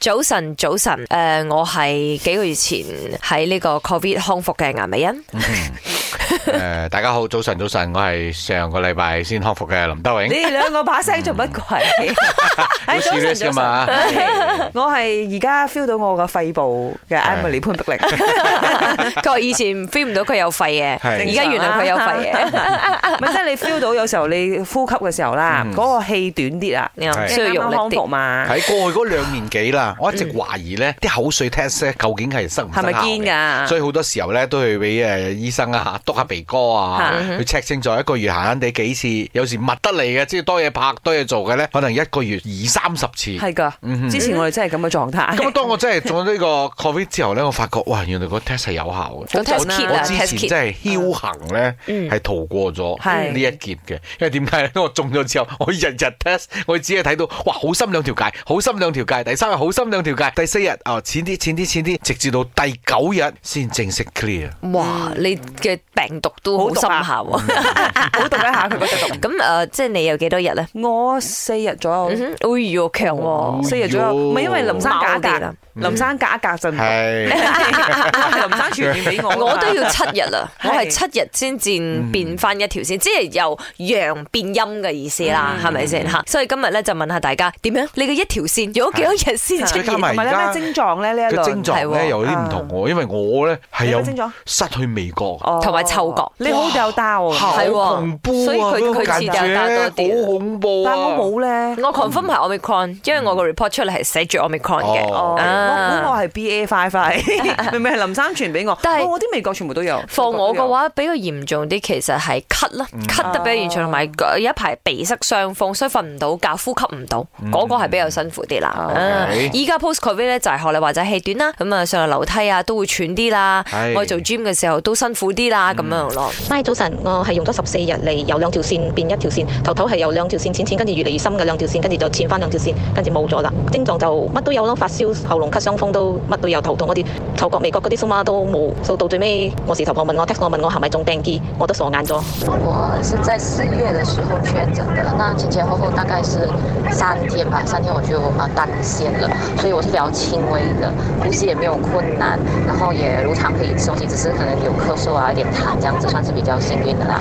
早晨，早晨，誒、我係幾個月前喺呢個 Covid 康復嘅顏美 欣，诶、呃大家好，早晨，早晨，我系上个礼拜先康复嘅林德永，你哋兩個把聲做乜鬼？好 serious 噶嘛？我係而家 feel 到我個肺部嘅 Emily 潘碧玲，佢話以前 feel 唔到佢有肺嘅，係而家原來佢 有肺 嘅，咪即係你 feel 到有時候你呼吸嘅時候啦，嗰個氣短啲啊，你話係需要啱用啱力康啲。復嘛，喺過去嗰兩年幾啦，我一直懷疑咧啲口水 test 咧究竟係生唔生效嗯係咪堅㗎啊嗯所以好多時候咧都去俾誒醫生啊督下鼻哥啊，去 check 清楚一個月閒閒地幾次，有時密得嚟嘅，即係多嘢拍多嘢做嘅咧，可能一個月二三十次。係噶。之前我哋真係咁嘅狀咁態，當我真係中咗呢個 covid 之後咧，我發覺哇，原來個 test 係有效嘅。個 test 好準啊 kit 我啊之，test 前 kit，嗯真係僥倖咧，係逃過咗係呢一劫嘅。因為點解咧？我中咗之後，我日日 test，我只係睇到哇，好深兩條界，好深兩條界，第三日好深兩條界，第四日啊淺啲淺啲淺啲，直至到第九日先正式 clear。哇！嗯你嘅病毒都好好深毒啊下喎。好讀一下佢嗰隻啊 毒。咁誒、即係你有幾多日咧？ 我四日左右，嗯哼，哎呦，強喎！四日左右，唔係因為林生假貓啲啦隔，林生假隔陣， 係係林生傳染俾我㗎嘛，我都要七日啦，我 係係七日先至變翻一條線，即係由陽變陰嘅意思啦，嗯係咪先吓？所以今日咧就問下大家點樣？你嘅一條線用咗幾多日先出 再加現？埋而同埋咧家咩症狀咧呢一個症輪，狀係喎嗯咧有啲唔同喎，因為我咧係你有有咩症狀失去味覺。啊哦同埋嗅覺你好有打喎。好哦係喎恐怖所以啊！佢嗰個佢感似就打多覺啲好恐怖啊！但我冇咧。我 confirm 係 omicron，因為我個 report 出嚟係寫住 omicron 嘅。哦，我啊估我係 B A 快快， 明明係林生傳俾我，但係哦我啲味覺全部都有。放我嘅話，比較嚴重啲，其實係咳啦，咳得比較嚴重，同埋有一排鼻塞傷風，所以瞓唔到覺，呼吸唔到，嗰個係比較辛苦啲啦。啊 OK 依家 post covid 咧就係學你話齋氣短啦，咁啊上樓梯啊都會喘啲啦係，我做 gym 嘅時候都辛苦啲啦，咁樣咯。咪早晨，我係用咗十四日嚟由兩條線變一條線，頭頭係由兩條線淺淺，跟住越嚟越深嘅兩條線，跟住就淺翻兩條線，跟住冇咗啦。症狀就乜都有咯，發燒、喉嚨咳、傷風都乜都有，頭痛嗰啲，嗅覺、味覺嗰啲，蘇媽都冇。到到最尾，我時頭婆問我 text 我問我係咪中病機，我都傻眼咗。我是在四月的时候确诊的，那前前后后大概是三天吧，三天我就呃单线了，所以我是比较轻微的，呼吸也没有困难，然后也如常可以休息，只是可能有咳嗽啊、有点痰这样子，算是比较幸运的啦。